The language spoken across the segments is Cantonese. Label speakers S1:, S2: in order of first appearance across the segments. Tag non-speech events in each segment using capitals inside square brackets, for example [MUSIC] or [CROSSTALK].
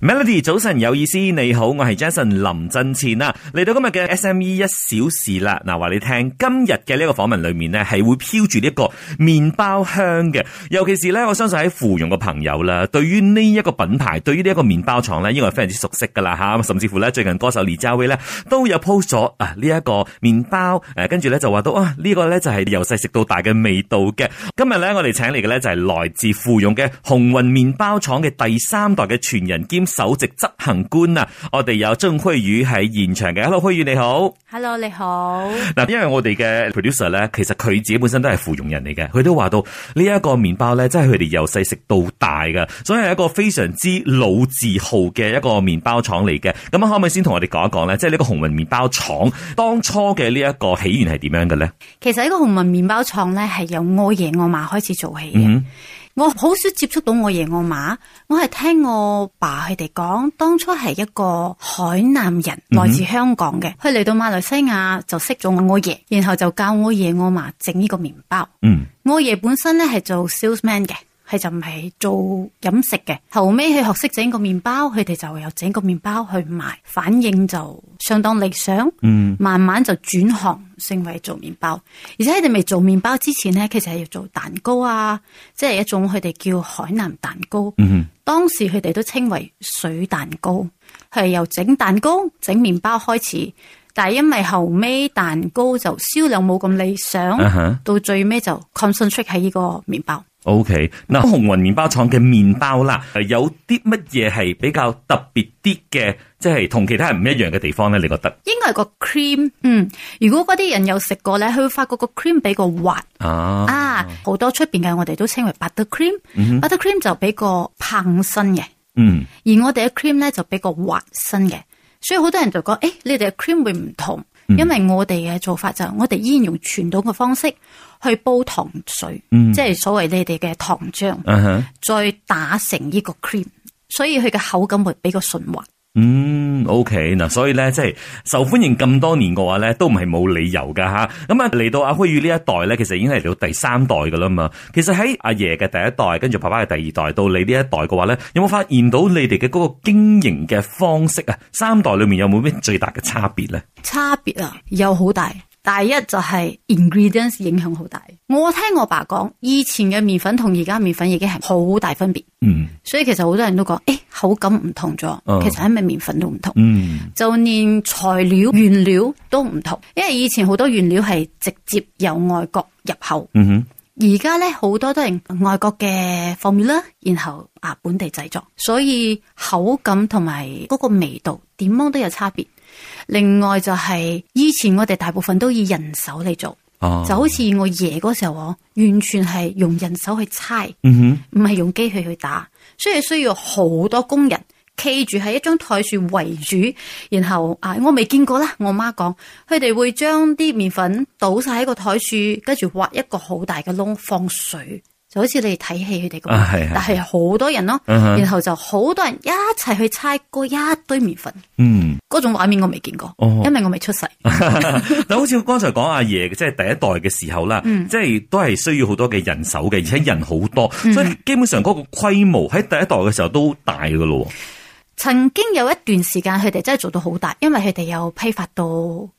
S1: Melody 早晨有意思，你好，我係 Jason 林振前啦，嚟到今日嘅 SME 一小時啦。嗱，話你聽，今日嘅呢個訪問裏面呢，係會飄住呢一個麵包香嘅，尤其是呢，我相信喺芙蓉嘅朋友啦，對於呢一個品牌，對於呢一個麵包廠呢，應該係非常之熟悉噶啦吓，甚至乎呢，最近歌手李佳薇呢，都有 post 咗啊呢一個麵包，誒跟住呢就話到啊呢、個呢，就係由細食到大嘅味道嘅。今日呢，我哋請嚟嘅呢，就係來自芙蓉嘅鴻運麵包廠嘅第三代嘅傳人兼首席執行官啊！我哋有張輝宇喺現場嘅，Hello 輝宇你好。
S2: Hello，你好。
S1: 嗱，因為我哋嘅 producer 咧，其實佢自己本身都係芙蓉人嚟嘅，佢都話到呢一個麵包咧，真係佢哋由細食到大嘅，所以係一個非常之老字號嘅一個麵包廠嚟嘅。咁啊，可唔可以先同我哋講一講咧，即係呢個鴻運麵包廠當初嘅呢一個起源係點樣嘅咧？
S2: 其實呢個鴻運麵包廠咧係由我爺我嫲開始做起嘅。
S1: 嗯
S2: 我好少接觸到我爺我嫲，我係聽我爸佢哋講，當初係一個海南人，來自香港嘅，佢嚟到馬來西亞就識咗我爺，然後就教我爺我嫲整呢個麵包。
S1: 嗯
S2: 我爺本身咧係做 salesman 嘅，佢就唔係做飲食嘅。後尾佢學識整個麵包，佢哋就有整個麵包去賣，反應就相當理想。
S1: 嗯，
S2: 慢慢就轉行成為做麵包，而且佢哋未做麵包之前呢，其實係要做蛋糕啊，即係一種佢哋叫海南蛋糕。
S1: 嗯
S2: 當時佢哋都稱為水蛋糕，係由整蛋糕、整麵包開始。但係因為後尾蛋糕就銷量冇咁理想
S1: [LAUGHS] 啊哈
S2: 到最尾就 concentrate 喺呢個麵包。
S1: ，OK。嗱，鴻運麵包廠嘅麵包啦，誒有啲乜嘢係比較特別啲嘅，即係同其他人唔一樣嘅地方咧？你覺得
S2: 應該係個 cream，嗯，如果嗰啲人有食過咧，佢會發覺個 cream 比個滑
S1: 啊？
S2: 啊，好多出邊嘅我哋都稱為 butter cream，butter、cream 就比個棒身嘅，
S1: 嗯。
S2: 而我哋嘅 cream 咧就比個滑身嘅，所以好多人就講，誒、你哋嘅 cream 會唔同，因為我哋嘅做法就係我哋依然用傳統嘅方式去煲糖水，即係所謂你哋嘅糖漿，
S1: 嗯哼，
S2: 再打成呢個 cream，所以佢嘅口感會比較順滑。
S1: 嗯，OK 嗱，所以咧，即係受歡迎咁多年嘅話咧，都唔係冇理由噶吓。咁啊，嚟到阿輝宇呢一代咧，其實已經係嚟到第三代噶啦嘛。其實喺阿爺嘅第一代，跟住爸爸嘅第二代，到你呢一代嘅話咧，有冇發現到你哋嘅嗰個經營嘅方式啊？三代裏面有冇咩最大嘅差別咧？
S2: 差別啊，有好大。第一就係 ingredients 影響好大。我聽我爸講，以前嘅麵粉同而家麵粉已經係好大分別，
S1: 嗯
S2: 所以其實好多人都講，誒、口感唔同咗。
S1: 嗯
S2: 其實係咪麵粉都唔同？
S1: 嗯
S2: 就連材料原料都唔同，因為以前好多原料係直接由外國入口，
S1: 嗯哼，
S2: 而家咧好多都係外國嘅 formula，然後啊本地製作，所以口感同埋嗰個味道點樣都有差別。另外就係、以前我哋大部分都以人手嚟做，
S1: 哦
S2: 就好似我爺嗰時候，我完全係用人手去猜，
S1: 嗯
S2: 唔係用機器去打，所以需要好多工人。企住喺一張台樹圍住，然後啊，我未見過啦。我媽講，佢哋會將啲麵粉倒晒喺個台樹，跟住挖一個好大嘅窿放水，就好似你哋睇戲佢哋咁。
S1: 啊係係
S2: 但係好多人咯，
S1: 嗯哼
S2: 然後就好多人一齊去猜嗰一堆麵粉，
S1: 哼，嗯。
S2: 嗰種畫面我未見過，
S1: 哦
S2: 因為我未出世。
S1: [LAUGHS] 嗱，好似剛才講阿爺，即係第一代嘅時候啦，即係都係需要好多嘅人手嘅，而且人好多，所以基本上嗰個規模喺第一代嘅時候都大噶咯喎。
S2: 曾經有一段時間，佢哋真係做到好大，因為佢哋有批發到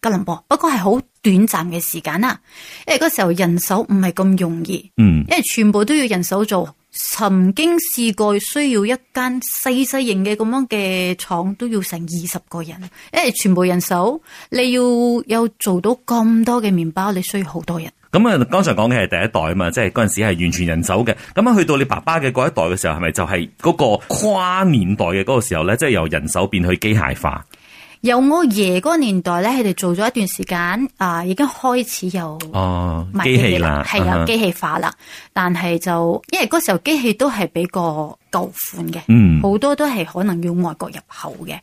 S2: 吉隆坡，不過係好短暫嘅時間啦。因為嗰時候人手唔係咁容易，
S1: 嗯
S2: 因為全部都要人手做。曾經試過需要一間細細型嘅咁樣嘅廠，都要成二十個人，因為全部人手，你要有做到咁多嘅麵包，你需要好多人。
S1: 咁啊，剛才講嘅係第一代啊嘛，即係嗰陣時係完全人手嘅。咁啊，去到你爸爸嘅嗰一代嘅時候，係咪就係嗰個跨年代嘅嗰個時候咧，即係由人手變去機械化？
S2: 由我爺嗰個年代咧，佢哋做咗一段時間，啊，已經開始有
S1: 哦
S2: 賣
S1: 機器啦，
S2: 係啊，
S1: 嗯
S2: 機器化啦。但係就因為嗰時候機器都係比較舊款嘅，
S1: 嗯
S2: 好多都係可能要外國入口嘅。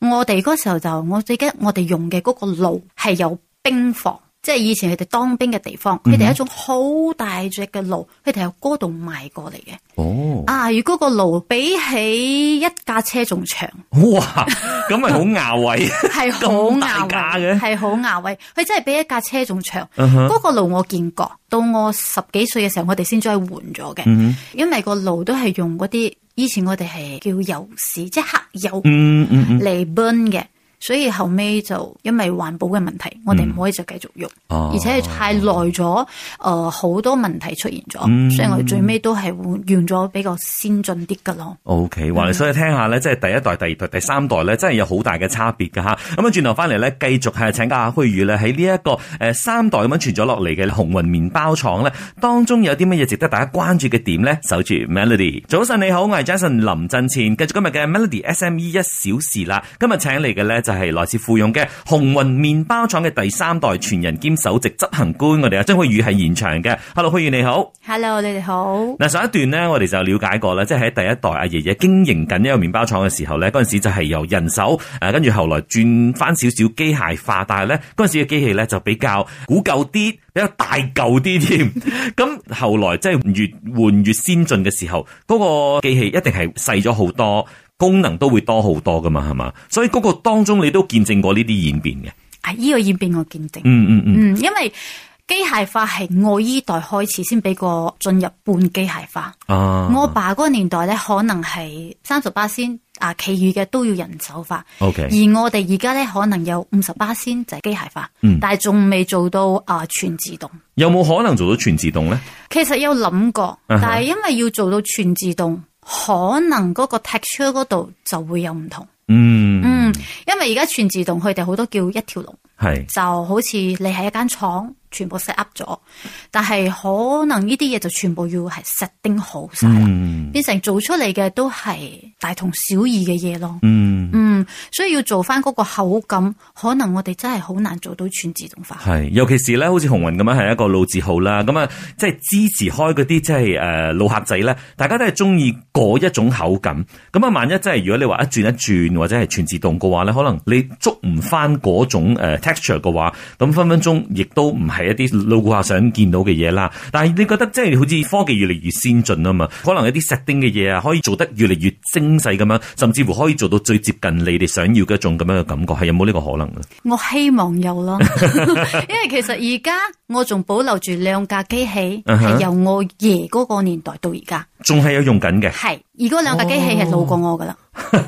S2: 我哋嗰時候就我記得我哋用嘅嗰個爐係有冰房，即係以前佢哋當兵嘅地方，
S1: 嗯
S2: 佢哋係一種好大隻嘅爐，佢哋由嗰度賣過嚟嘅。
S1: [LAUGHS] 哦，
S2: 啊，如果個爐比起一架車仲長，
S1: 哇，咁咪好牙位，
S2: 係好牙
S1: 咁大架嘅
S2: 位，係好牙位，佢真係比一架車仲長。
S1: 嗯哼
S2: 嗰個爐我見過，到我十幾歲嘅時候，我哋先再換咗嘅，
S1: 嗯
S2: 因為個爐都係用嗰啲以前我哋係叫油屎，即係黑油
S1: 嗯嗯嗯，
S2: 嚟 burn 嘅，所以後尾就因為環保嘅問題，我哋唔可以就繼續用，
S1: 哦
S2: 而且太耐咗，誒、好多問題出現咗，
S1: 嗯
S2: 所以我哋最尾都係換用咗比較先進啲嘅咯。
S1: O K，話你所以聽下咧，即係第一代、第二代、第三代咧，真係有好大嘅差別噶吓。咁啊，轉頭翻嚟咧，繼續係請教下虛宇咧，喺呢一個誒三代咁樣傳咗落嚟嘅鴻運麵包廠咧，當中有啲乜嘢值得大家關注嘅點咧？守住 Melody，早晨你好，我係 Jason 林振前，繼續今日嘅 Melody S M E 一小時啦。今日請嚟嘅咧就係來自富勇嘅鴻運麵包廠嘅第三代傳人兼首席執行官，我哋阿張虛宇係現場嘅。Hello，虛宇你好。
S2: Hello，你哋好。
S1: 嗱，上一段咧，我哋就了解過啦，即係喺第一代阿爺爺經營緊呢個麵包廠嘅時候咧，嗰陣時就係由人手誒，跟住後來轉翻少少機械化，但係咧嗰陣時嘅機器咧就比較古舊啲，比較大舊啲添。 [LAUGHS] 咁後來即係越換越先進嘅時候，嗰、個機器一定係細咗好多，功能都會多好多噶嘛，係嘛？所以嗰個當中你都見證過呢啲演變嘅。
S2: 啊，呢、個演變我見證。
S1: 嗯嗯嗯，
S2: 嗯，因為機械化係我依代開始先俾個進入半機械化。
S1: 啊，
S2: 我爸嗰個年代咧，可能係三十八先啊，其餘嘅都要人手化。
S1: OK，
S2: 而我哋而家咧，可能有五十八先就係機械化，
S1: 嗯
S2: 但係仲未做到啊、全自動。
S1: 有冇可能做到全自動咧？
S2: 其實有諗過，
S1: 嗯哼
S2: 但係因為要做到全自動，可能嗰個 texture 嗰度就會有唔同。
S1: 嗯，
S2: 嗯，因為而家全自動佢哋好多叫一條龍。
S1: 係
S2: 就好似你喺一間廠全部 set up 咗，但係可能呢啲嘢就全部要係 set 定好晒啦，
S1: 嗯。
S2: 變成做出嚟嘅都係大同小異嘅嘢咯。
S1: 嗯，
S2: 嗯，所以要做翻嗰個口感，可能我哋真係好難做到全自動化。
S1: 係，尤其是咧，好似紅雲咁樣係一個老字號啦，咁啊，即係支持開嗰啲即係誒老客仔咧，大家都係中意嗰一種口感。咁啊，萬一真係如果你話一轉一轉或者係全自動嘅話咧，可能你捉唔翻嗰種誒 texture 嘅話，咁分分鐘亦都唔係一啲老顧客想見到嘅嘢啦。但係你覺得即係好似科技越嚟越先進啊嘛，可能有啲 setting 嘅嘢啊，可以做得越嚟越精細咁樣，甚至乎可以做到最接近你哋想要嘅一種咁樣嘅感覺，係有冇呢個可能啊咧？
S2: 我希望有
S1: [LAUGHS]
S2: 咯， [LAUGHS] 因為其實而家我仲保留住兩架機器，
S1: 嗯哼
S2: 係由我爺嗰個年代到而家，
S1: 仲係有用緊嘅。
S2: 係而嗰兩架機器係老過我噶啦。
S1: [LAUGHS]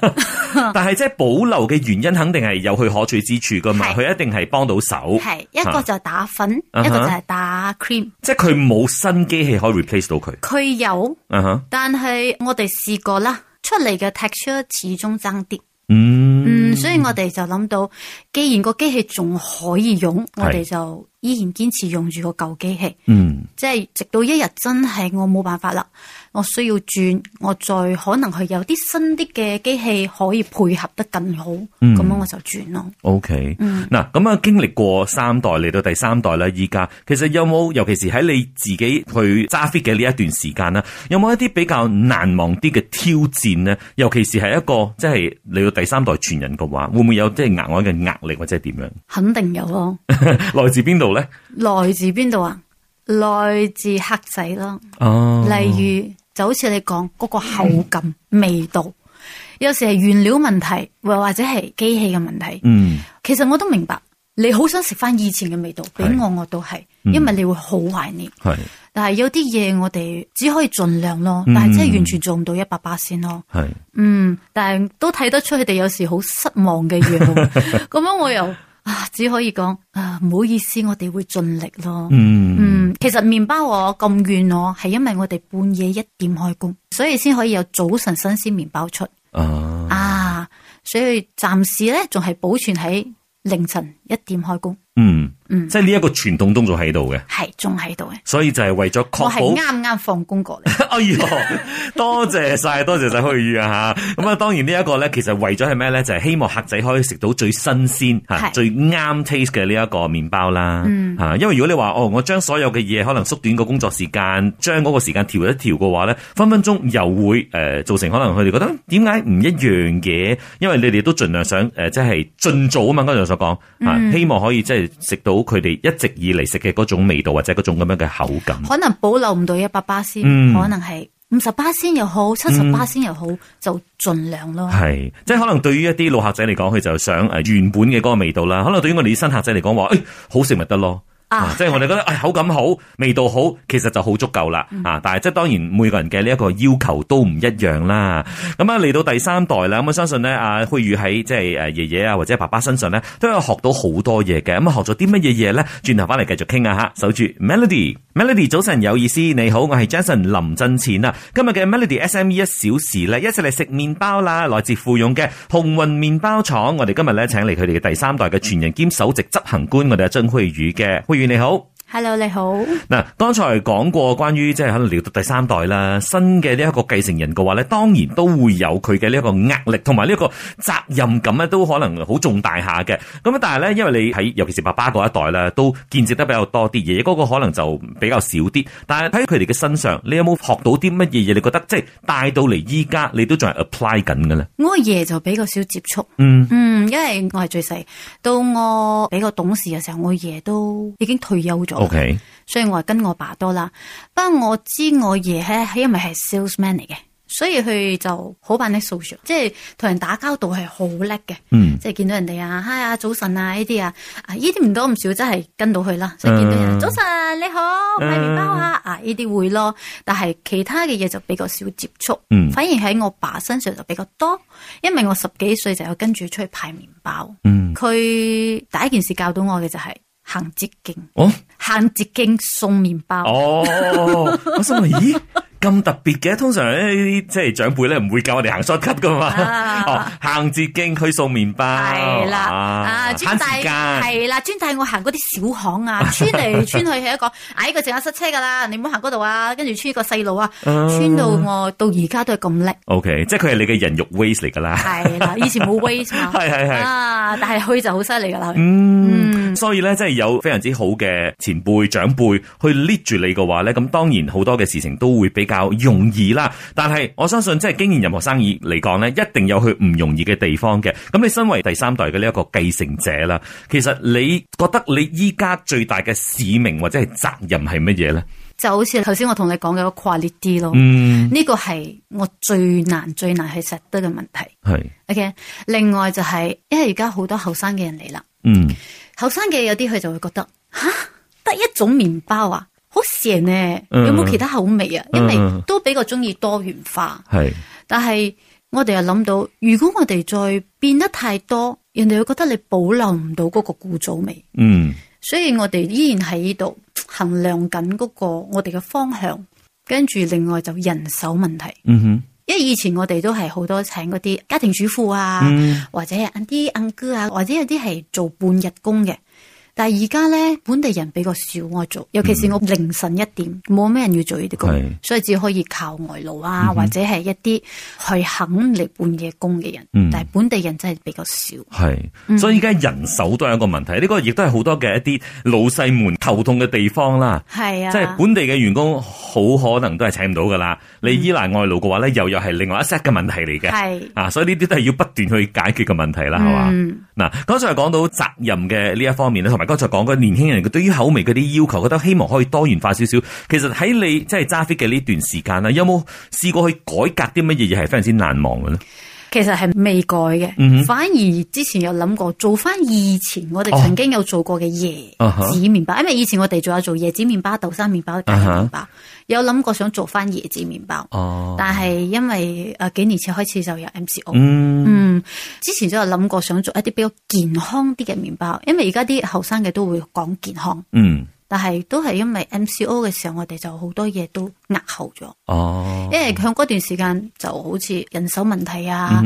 S1: 但係即係保留嘅原因，肯定係有佢可取之處噶嘛，
S2: 係
S1: 佢一定係幫到手，
S2: 係一個就係打粉，
S1: 啊哈
S2: 一個就係打 cream。
S1: 即係佢冇新機器可以 replace 到佢。
S2: 佢有，
S1: 嗯哼，
S2: 但係我哋試過啦，出嚟嘅 texture 始終爭啲。
S1: 嗯
S2: 嗯，所以我哋就諗到，既然個機器仲可以用，我哋就依然堅持用住個舊機器，
S1: 嗯
S2: 即係直到一日真係我冇辦法啦，我需要轉，我再可能係有啲新啲嘅機器可以配合得更好，咁、
S1: 嗯
S2: 樣我就轉咯。
S1: ，OK，
S2: 嗯
S1: 嗱咁啊，經歷過三代嚟到第三代啦，依家其實有冇，尤其是喺你自己去揸 fit 嘅呢一段時間啦，有冇一啲比較難忘啲嘅挑戰呢？尤其是係一個即係嚟到第三代傳人嘅話，會唔會有即係額外嘅壓力或者係點樣？ [LAUGHS]
S2: 肯定有咯，
S1: 來自邊度咧？
S2: 來自邊度啊？來自黑仔咯。
S1: 哦
S2: 例如就好似你講嗰、個口感、味道，有時係原料問題，或或者係機器嘅問題。
S1: 嗯
S2: 其實我都明白，你好想食翻以前嘅味道，俾我我都係，因為你會好懷念。
S1: 係
S2: 但係有啲嘢我哋只可以盡量咯，但係真係完全做唔到一百八先咯。
S1: 係。
S2: 嗯，但係都睇得出佢哋有時好失望嘅樣，咁樣我又啊只可以講啊唔好意思，我哋會盡力咯。
S1: 嗯，
S2: 嗯，其實麵包我咁遠我係因為我哋半夜一點開工，所以先可以有早晨新鮮麵包出
S1: 啊，
S2: 啊，所以暫時咧仲係保存喺凌晨一點開工，
S1: 嗯，
S2: 嗯
S1: 即係呢一個傳統動作喺度嘅，
S2: 係仲喺度嘅。
S1: 所以就係為咗
S2: 我係
S1: 確保。
S2: 啱啱放工過
S1: [LAUGHS]
S2: 嚟，
S1: 哎呦，多謝晒，多謝晒虛宇啊吓！咁啊，當然呢一個咧，其實為咗係咩咧，就係、希望客仔可以食到最新鮮吓、
S2: 係
S1: 最啱 taste 嘅呢一個麵包啦吓、因為如果你話哦，我將所有嘅嘢可能縮短個工作時間，將嗰個時間調一調嘅話咧，分分鐘又會誒、呃造成可能佢哋覺得點解唔一樣嘅？因為你哋都盡量想誒、呃即係盡早啊嘛，剛才所講啊，希望可以即係去食到佢哋一直以嚟食嘅嗰種味道或者嗰種咁樣嘅口感。
S2: 可能保留唔到一百巴仙，
S1: 嗯
S2: 可能係五十巴仙又好，七十巴仙又好，就盡量咯。
S1: 係，即係可能對於一啲老客仔嚟講，佢就想诶原本嘅嗰個味道啦。可能對於我哋啲新客仔嚟講話，诶、哎好食咪得咯。
S2: 啊
S1: 啊，即係我哋覺得，哎，口感好，味道好，其實就好足夠啦。
S2: 嗯
S1: 啊，但係即係當然每個人嘅呢一個要求都唔一樣啦。咁啊，嚟到第三代啦，咁啊我相信咧，阿虛宇喺即係诶爺爺啊或者爸爸身上咧，都有學到好多嘢嘅。咁啊，學咗啲乜嘢嘢咧？轉頭翻嚟繼續傾下啊吓，守住 Melody，Melody 早晨有意思，你好，我係 Jason 林振前啊。今日嘅 Melody SME 一小時咧，一齊嚟食麵包啦，來自富勇嘅鴻運麵包廠。我哋今日咧請嚟佢哋嘅第三代嘅傳人兼首席執行官，我哋阿張虛宇嘅，虛宇你好。
S2: Hello，你好，
S1: 嗱，剛才講過關於即係可能聊到第三代啦，新嘅呢一個繼承人嘅話咧，當然都會有佢嘅呢一個壓力同埋呢一個責任感咧，啊都可能好重大下嘅。咁啊但係咧，因為你喺尤其是爸爸嗰一代啦，都見識得比較多啲，爺爺嗰個可能就比較少啲。但係喺佢哋嘅身上，你有冇學到啲乜嘢嘢？你覺得即係帶到嚟依家，你都仲係 apply 緊嘅咧？
S2: 我爺就比較少接觸，
S1: 嗯
S2: 嗯，因為我係最細，到我比較懂事嘅時候，我爺都已經退休咗
S1: ，OK，
S2: 所以我係跟我爸多啦。不過我知我爺咧，係因為係 salesman 嚟嘅，所以佢就好扮啲 social，即係同人打交道係好叻嘅。
S1: 嗯
S2: 即係見到人哋啊，hi 啊，早晨啊，呢啲啊，啊呢啲唔多唔少，真係跟到佢啦。所以見到人、啊
S1: 嗯
S2: 早晨你好，買麵包啊，啊呢啲會咯。但係其他嘅嘢就比較少接觸，
S1: 嗯
S2: 反而喺我爸身上就比較多，因為我十幾歲就有跟住出去派麵包。
S1: 嗯，
S2: 佢第一件事教到我嘅就係行捷徑。
S1: 哦。
S2: 行捷徑送麵包。
S1: 哦，我心諗咦咁特別嘅，通常呢啲即係長輩咧唔會教我哋行 shortcut 噶嘛，
S2: 啊
S1: 哦行捷徑去送麵包，
S2: 係啦，啊，專
S1: 慳時
S2: 帶
S1: 間，
S2: 係啦，專帶我行嗰啲小
S1: [LAUGHS]
S2: 巷啊，穿嚟穿去係一個，啊呢個陣間塞車噶啦，你唔好行嗰度啊，跟住穿個細路啊，穿到我到而家都係咁叻，
S1: OK，即係佢係你嘅人肉 waste 嚟㗎啦。
S2: 係
S1: [LAUGHS]
S2: 啦，以前冇 waste 嘛，
S1: 係係係
S2: 啊，但係佢就好犀利噶啦，
S1: 嗯，所以咧，即係有非常之好嘅前輩長輩去 lead 住你嘅話咧，咁當然好多嘅事情都會比較容易啦。但係我相信，即係經營任何生意嚟講咧，一定有佢唔容易嘅地方嘅。咁你身為第三代嘅呢一個繼承者啦，其實你覺得你依家最大嘅使命或者係責任係乜嘢咧？
S2: 就好似頭先我同你講嘅個 quality 咯，
S1: 嗯，
S2: 呢個係我最難最難去 set 得嘅問題。
S1: 係，
S2: OK，另外就係因為而家好多後生嘅人嚟啦。
S1: 嗯，
S2: 後生嘅有啲佢就會覺得吓得一種麵包啊，好邪呢，
S1: 嗯
S2: 有冇其他口味啊？
S1: 嗯
S2: 因為都比較中意多元化，
S1: 係，
S2: 但係我哋又諗到，如果我哋再變得太多，人哋會覺得你保留唔到嗰個古早味，
S1: 嗯，
S2: 所以我哋依然喺呢度衡量緊嗰個我哋嘅方向，跟住另外就人手問題。
S1: 嗯哼，
S2: 因為以前我哋都係好多請嗰啲家庭主婦啊，
S1: 嗯
S2: 或者係啲 uncle 啊，或者有啲係做半日工嘅。但係而家咧，本地人比較少我做，尤其是我凌晨一點，冇咩人要做呢啲
S1: 嗯係
S2: 工，所以只可以靠外勞啊，或者係一啲去肯嚟半夜工嘅人。
S1: 嗯
S2: 但係本地人真係比較少。
S1: 係，所以依家人手都係一個問題，呢、個亦都係好多嘅一啲老細們頭痛嘅地方啦。
S2: 係啊，
S1: 即係本地嘅員工好可能都係請唔到噶啦，你依賴外勞嘅話咧，又又係另外一 set 嘅問題嚟嘅。
S2: 嗯係
S1: 啊，所以呢啲都係要不斷去解決嘅問題啦，係嘛、
S2: 嗯
S1: 嗱，剛才講到責任嘅呢一方面咧，同埋剛才講嗰年輕人佢對於口味嗰啲要求，覺得希望可以多元化少少。其實喺你即係揸 fit 嘅呢段時間啊啦，有冇試過去改革啲乜嘢嘢係非常之難忘嘅咧？
S2: 其實係未改嘅，
S1: 嗯
S2: 反而之前有諗過做翻以前我哋
S1: 哦
S2: 曾經有做過嘅椰
S1: 啊哈
S2: 子麵包，因為以前我哋仲有做椰子麵包、豆沙麵包、芥
S1: 啊
S2: 蘭
S1: 哈
S2: 麵包，有諗過想做翻椰子麵包，
S1: 哦，
S2: 但係因為誒幾年前開始就有 MCO。
S1: 嗯
S2: 嗯，之前都有諗過想做一啲比較健康啲嘅麵包，因為而家啲後生嘅都會講健康，
S1: 嗯，
S2: 但係都係因為 MCO 嘅時候，我哋就好多嘢都壓後咗。
S1: 哦，
S2: 因為佢嗰段時間就好似人手問題啊、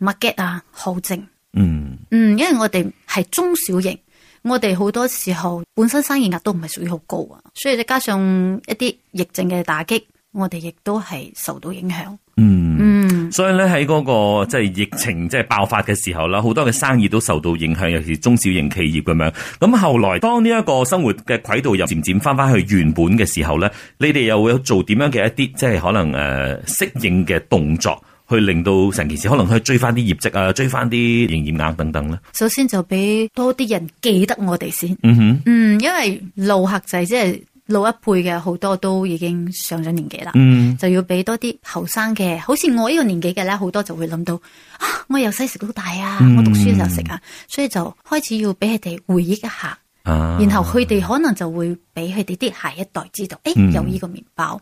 S2: market 啊、好正，
S1: 嗯
S2: 嗯，因為我哋係中小型，我哋好多時候本身生意額都唔係屬於好高啊，所以再加上一啲疫症嘅打擊，我哋亦都係受到影響。
S1: 嗯。
S2: 嗯，
S1: 所以咧喺嗰個即係疫情即係爆發嘅時候啦，好多嘅生意都受到影響，尤其是中小型企業咁樣。咁後來當呢一個生活嘅軌道又漸漸翻翻去原本嘅時候咧，你哋又會有做點樣嘅一啲即係可能誒、呃、適應嘅動作去令到成件事可能去追翻啲業績啊，追翻啲營業額等等咧？
S2: 首先就俾多啲人記得我哋先。
S1: 嗯哼，
S2: 嗯，因為老客仔即係老一輩嘅好多都已經上咗年紀啦，
S1: 嗯
S2: 就要俾多啲後生嘅，好似我呢個年紀嘅咧，好多就會諗到啊，我由細食到大啊，
S1: 嗯
S2: 我讀書嘅時候食啊，所以就開始要俾佢哋回憶一下。
S1: 啊，
S2: 然後佢哋可能就會俾佢哋啲下一代知道，誒、哎
S1: 嗯
S2: 有呢個麵包。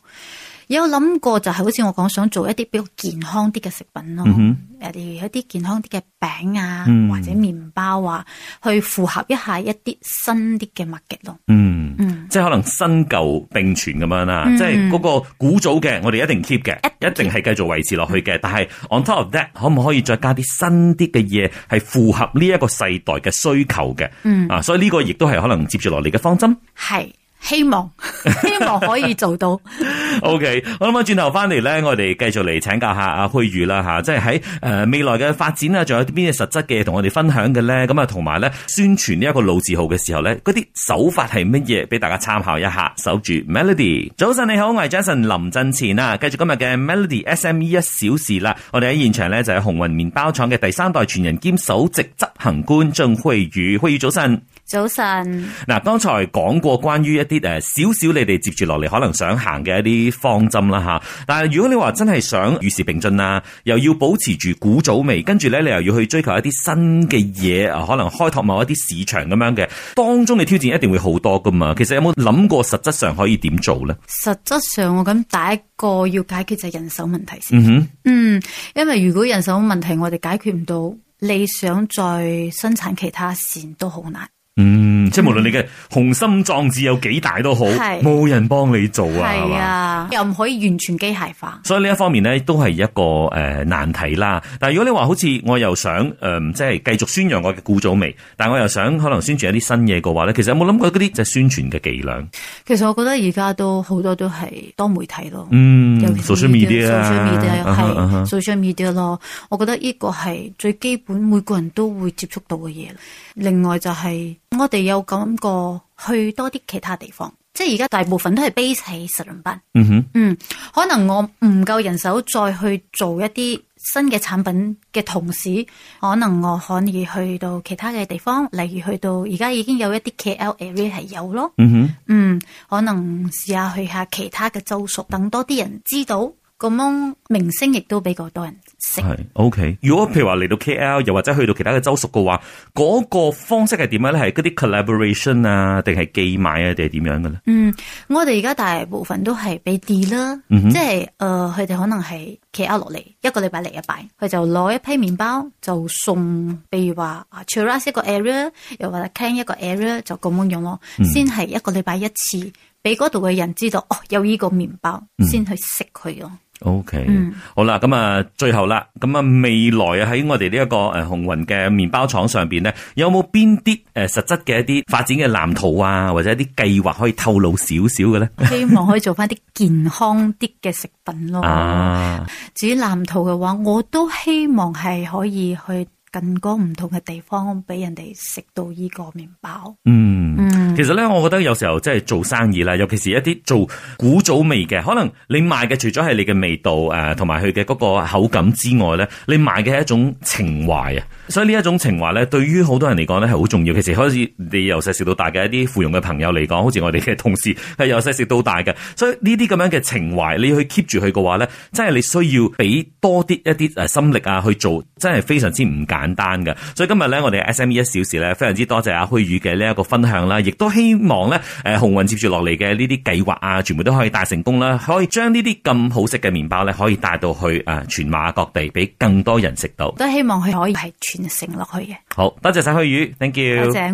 S2: 有諗過就係好似我講，想做一啲比較健康啲嘅食品咯，
S1: 嗯哼
S2: 誒例如一啲健康啲嘅餅啊，
S1: 嗯
S2: 或者麵包啊，去符合一下一啲新啲嘅物極咯。
S1: 嗯。
S2: 嗯，
S1: 即係可能新舊並存咁樣啦，
S2: 嗯
S1: 即係嗰個古早嘅，我哋一定 keep 嘅，
S2: 一定
S1: 一定係繼續維持落去
S2: 嗯
S1: 嘅。但係 on top of that，可唔可以再加啲新啲嘅嘢，係符合呢一個世代嘅需求嘅？
S2: 嗯
S1: 啊，所以呢個亦都係可能接住落嚟嘅方針。
S2: 係希望 [LAUGHS] 希望可以做到。
S1: [LAUGHS] O、k 好咁啊，轉頭翻嚟咧，我哋繼續嚟請教下阿虛宇啦吓，即係喺誒未來嘅發展啊，仲有啲邊啲實質嘅嘢同我哋分享嘅咧？咁啊，同埋咧宣傳呢一個老字號嘅時候咧，嗰啲手法係乜嘢？俾大家參考一下。守住 Melody，早晨你好，我係 Jason 林振前啊，繼續今日嘅 Melody SME 一小時啦。我哋喺現場咧就係鴻運麵包廠嘅第三代傳人兼首席執行官鄭惠宇，惠宇早晨。
S2: 早晨，
S1: 嗱，剛才講過關於一啲誒少少你哋接住落嚟可能想行嘅一啲方針啦吓，但係如果你話真係想與時並進啦，又要保持住古早味，跟住咧你又要去追求一啲新嘅嘢，啊可能開拓某一啲市場咁樣嘅，當中嘅挑戰一定會好多噶嘛。其實有冇諗過實質上可以點做咧？
S2: 實質上我咁第一個要解決就係人手問題先。
S1: 嗯哼，
S2: 嗯，因為如果人手問題我哋解決唔到，你想再生產其他線都好難。
S1: 嗯，即係無論你嘅雄心壯志有幾大都好，
S2: 係
S1: 冇人幫你做啊，係
S2: 係
S1: 嘛？
S2: 啊，又唔可以完全機械化。
S1: 所以呢一方面咧，都係一個誒、呃、難題啦。但係如果你話好似我又想誒、呃即係繼續宣揚我嘅古早味，但我又想可能宣傳一啲新嘢嘅話咧，其實有冇諗過嗰啲即係宣傳嘅伎倆？
S2: 其實我覺得而家都好多都係多媒體咯。
S1: 嗯
S2: 尤其是
S1: ，social media 啊
S2: social media
S1: 啊哈啊哈
S2: 係 social media 咯，我覺得呢個係最基本每個人都會接觸到嘅嘢。另外就係我哋有感覺去多啲其他地方，即係而家大部分都係 base 喺實倫班。
S1: 嗯哼，
S2: 嗯，可能我唔夠人手再去做一啲新嘅產品嘅同時，可能我可以去到其他嘅地方，例如去到而家已經有一啲 KL area 係有咯。
S1: 嗯哼，
S2: 嗯，可能試下去下其他嘅州屬，等多啲人知道，咁樣明星亦都比較多人識。
S1: 係 OK。如果譬如話嚟到 KL，又或者去到其他嘅州屬嘅話，嗰、個方式係點樣咧？係嗰啲 collaboration 啊，定係寄買啊，定係點樣嘅咧？
S2: 嗯，我哋而家大部分都係俾 D 啦，
S1: 嗯哼
S2: 即係誒，呃佢哋可能係企 out 落嚟一個禮拜嚟一擺，佢就攞一批麵包就送，譬如話啊 c h i r a s 一個 area，又或者 Can 一個 area，就咁樣樣咯，
S1: 嗯
S2: 先係一個禮拜一次，俾嗰度嘅人知道哦，有呢個麵包，先去食佢咯。
S1: O、k
S2: 嗯
S1: 好啦，咁啊，最後啦，咁啊，未來啊喺我哋呢一個誒紅雲嘅麵包廠上邊咧，有冇邊啲誒實質嘅一啲發展嘅藍圖啊，或者一啲計劃可以透露少少嘅咧？
S2: 希望可以做翻啲健康啲嘅食品咯。
S1: 啊，
S2: 至於藍圖嘅話，我都希望係可以去更多唔同嘅地方俾人哋食到呢個麵包。
S1: 嗯。
S2: 嗯，
S1: 其實咧，我覺得有時候即係做生意啦，尤其是一啲做古早味嘅，可能你賣嘅除咗係你嘅味道誒，同埋佢嘅嗰個口感之外咧，你賣嘅係一種情懷啊。所以呢一種情懷咧，對於好多人嚟講咧係好重要。其實開始你由細食到大嘅一啲附庸嘅朋友嚟講，好似我哋嘅同事係由細食到大嘅，所以呢啲咁樣嘅情懷，你要去 keep 住佢嘅話咧，真係你需要俾多啲一啲誒心力啊去做，真係非常之唔簡單嘅。所以今日咧，我哋 SME 一小時咧，非常之多謝阿虛宇嘅呢一個分享啦，亦都希望咧，誒鴻運接住落嚟嘅呢啲計劃啊，全部都可以大成功啦，可以將呢啲咁好食嘅麵包咧，可以帶到去誒全馬各地，俾更多人食到。
S2: 都希望佢可以係傳承落去嘅。
S1: 好多謝晒虛宇，thank you
S2: 多。謝。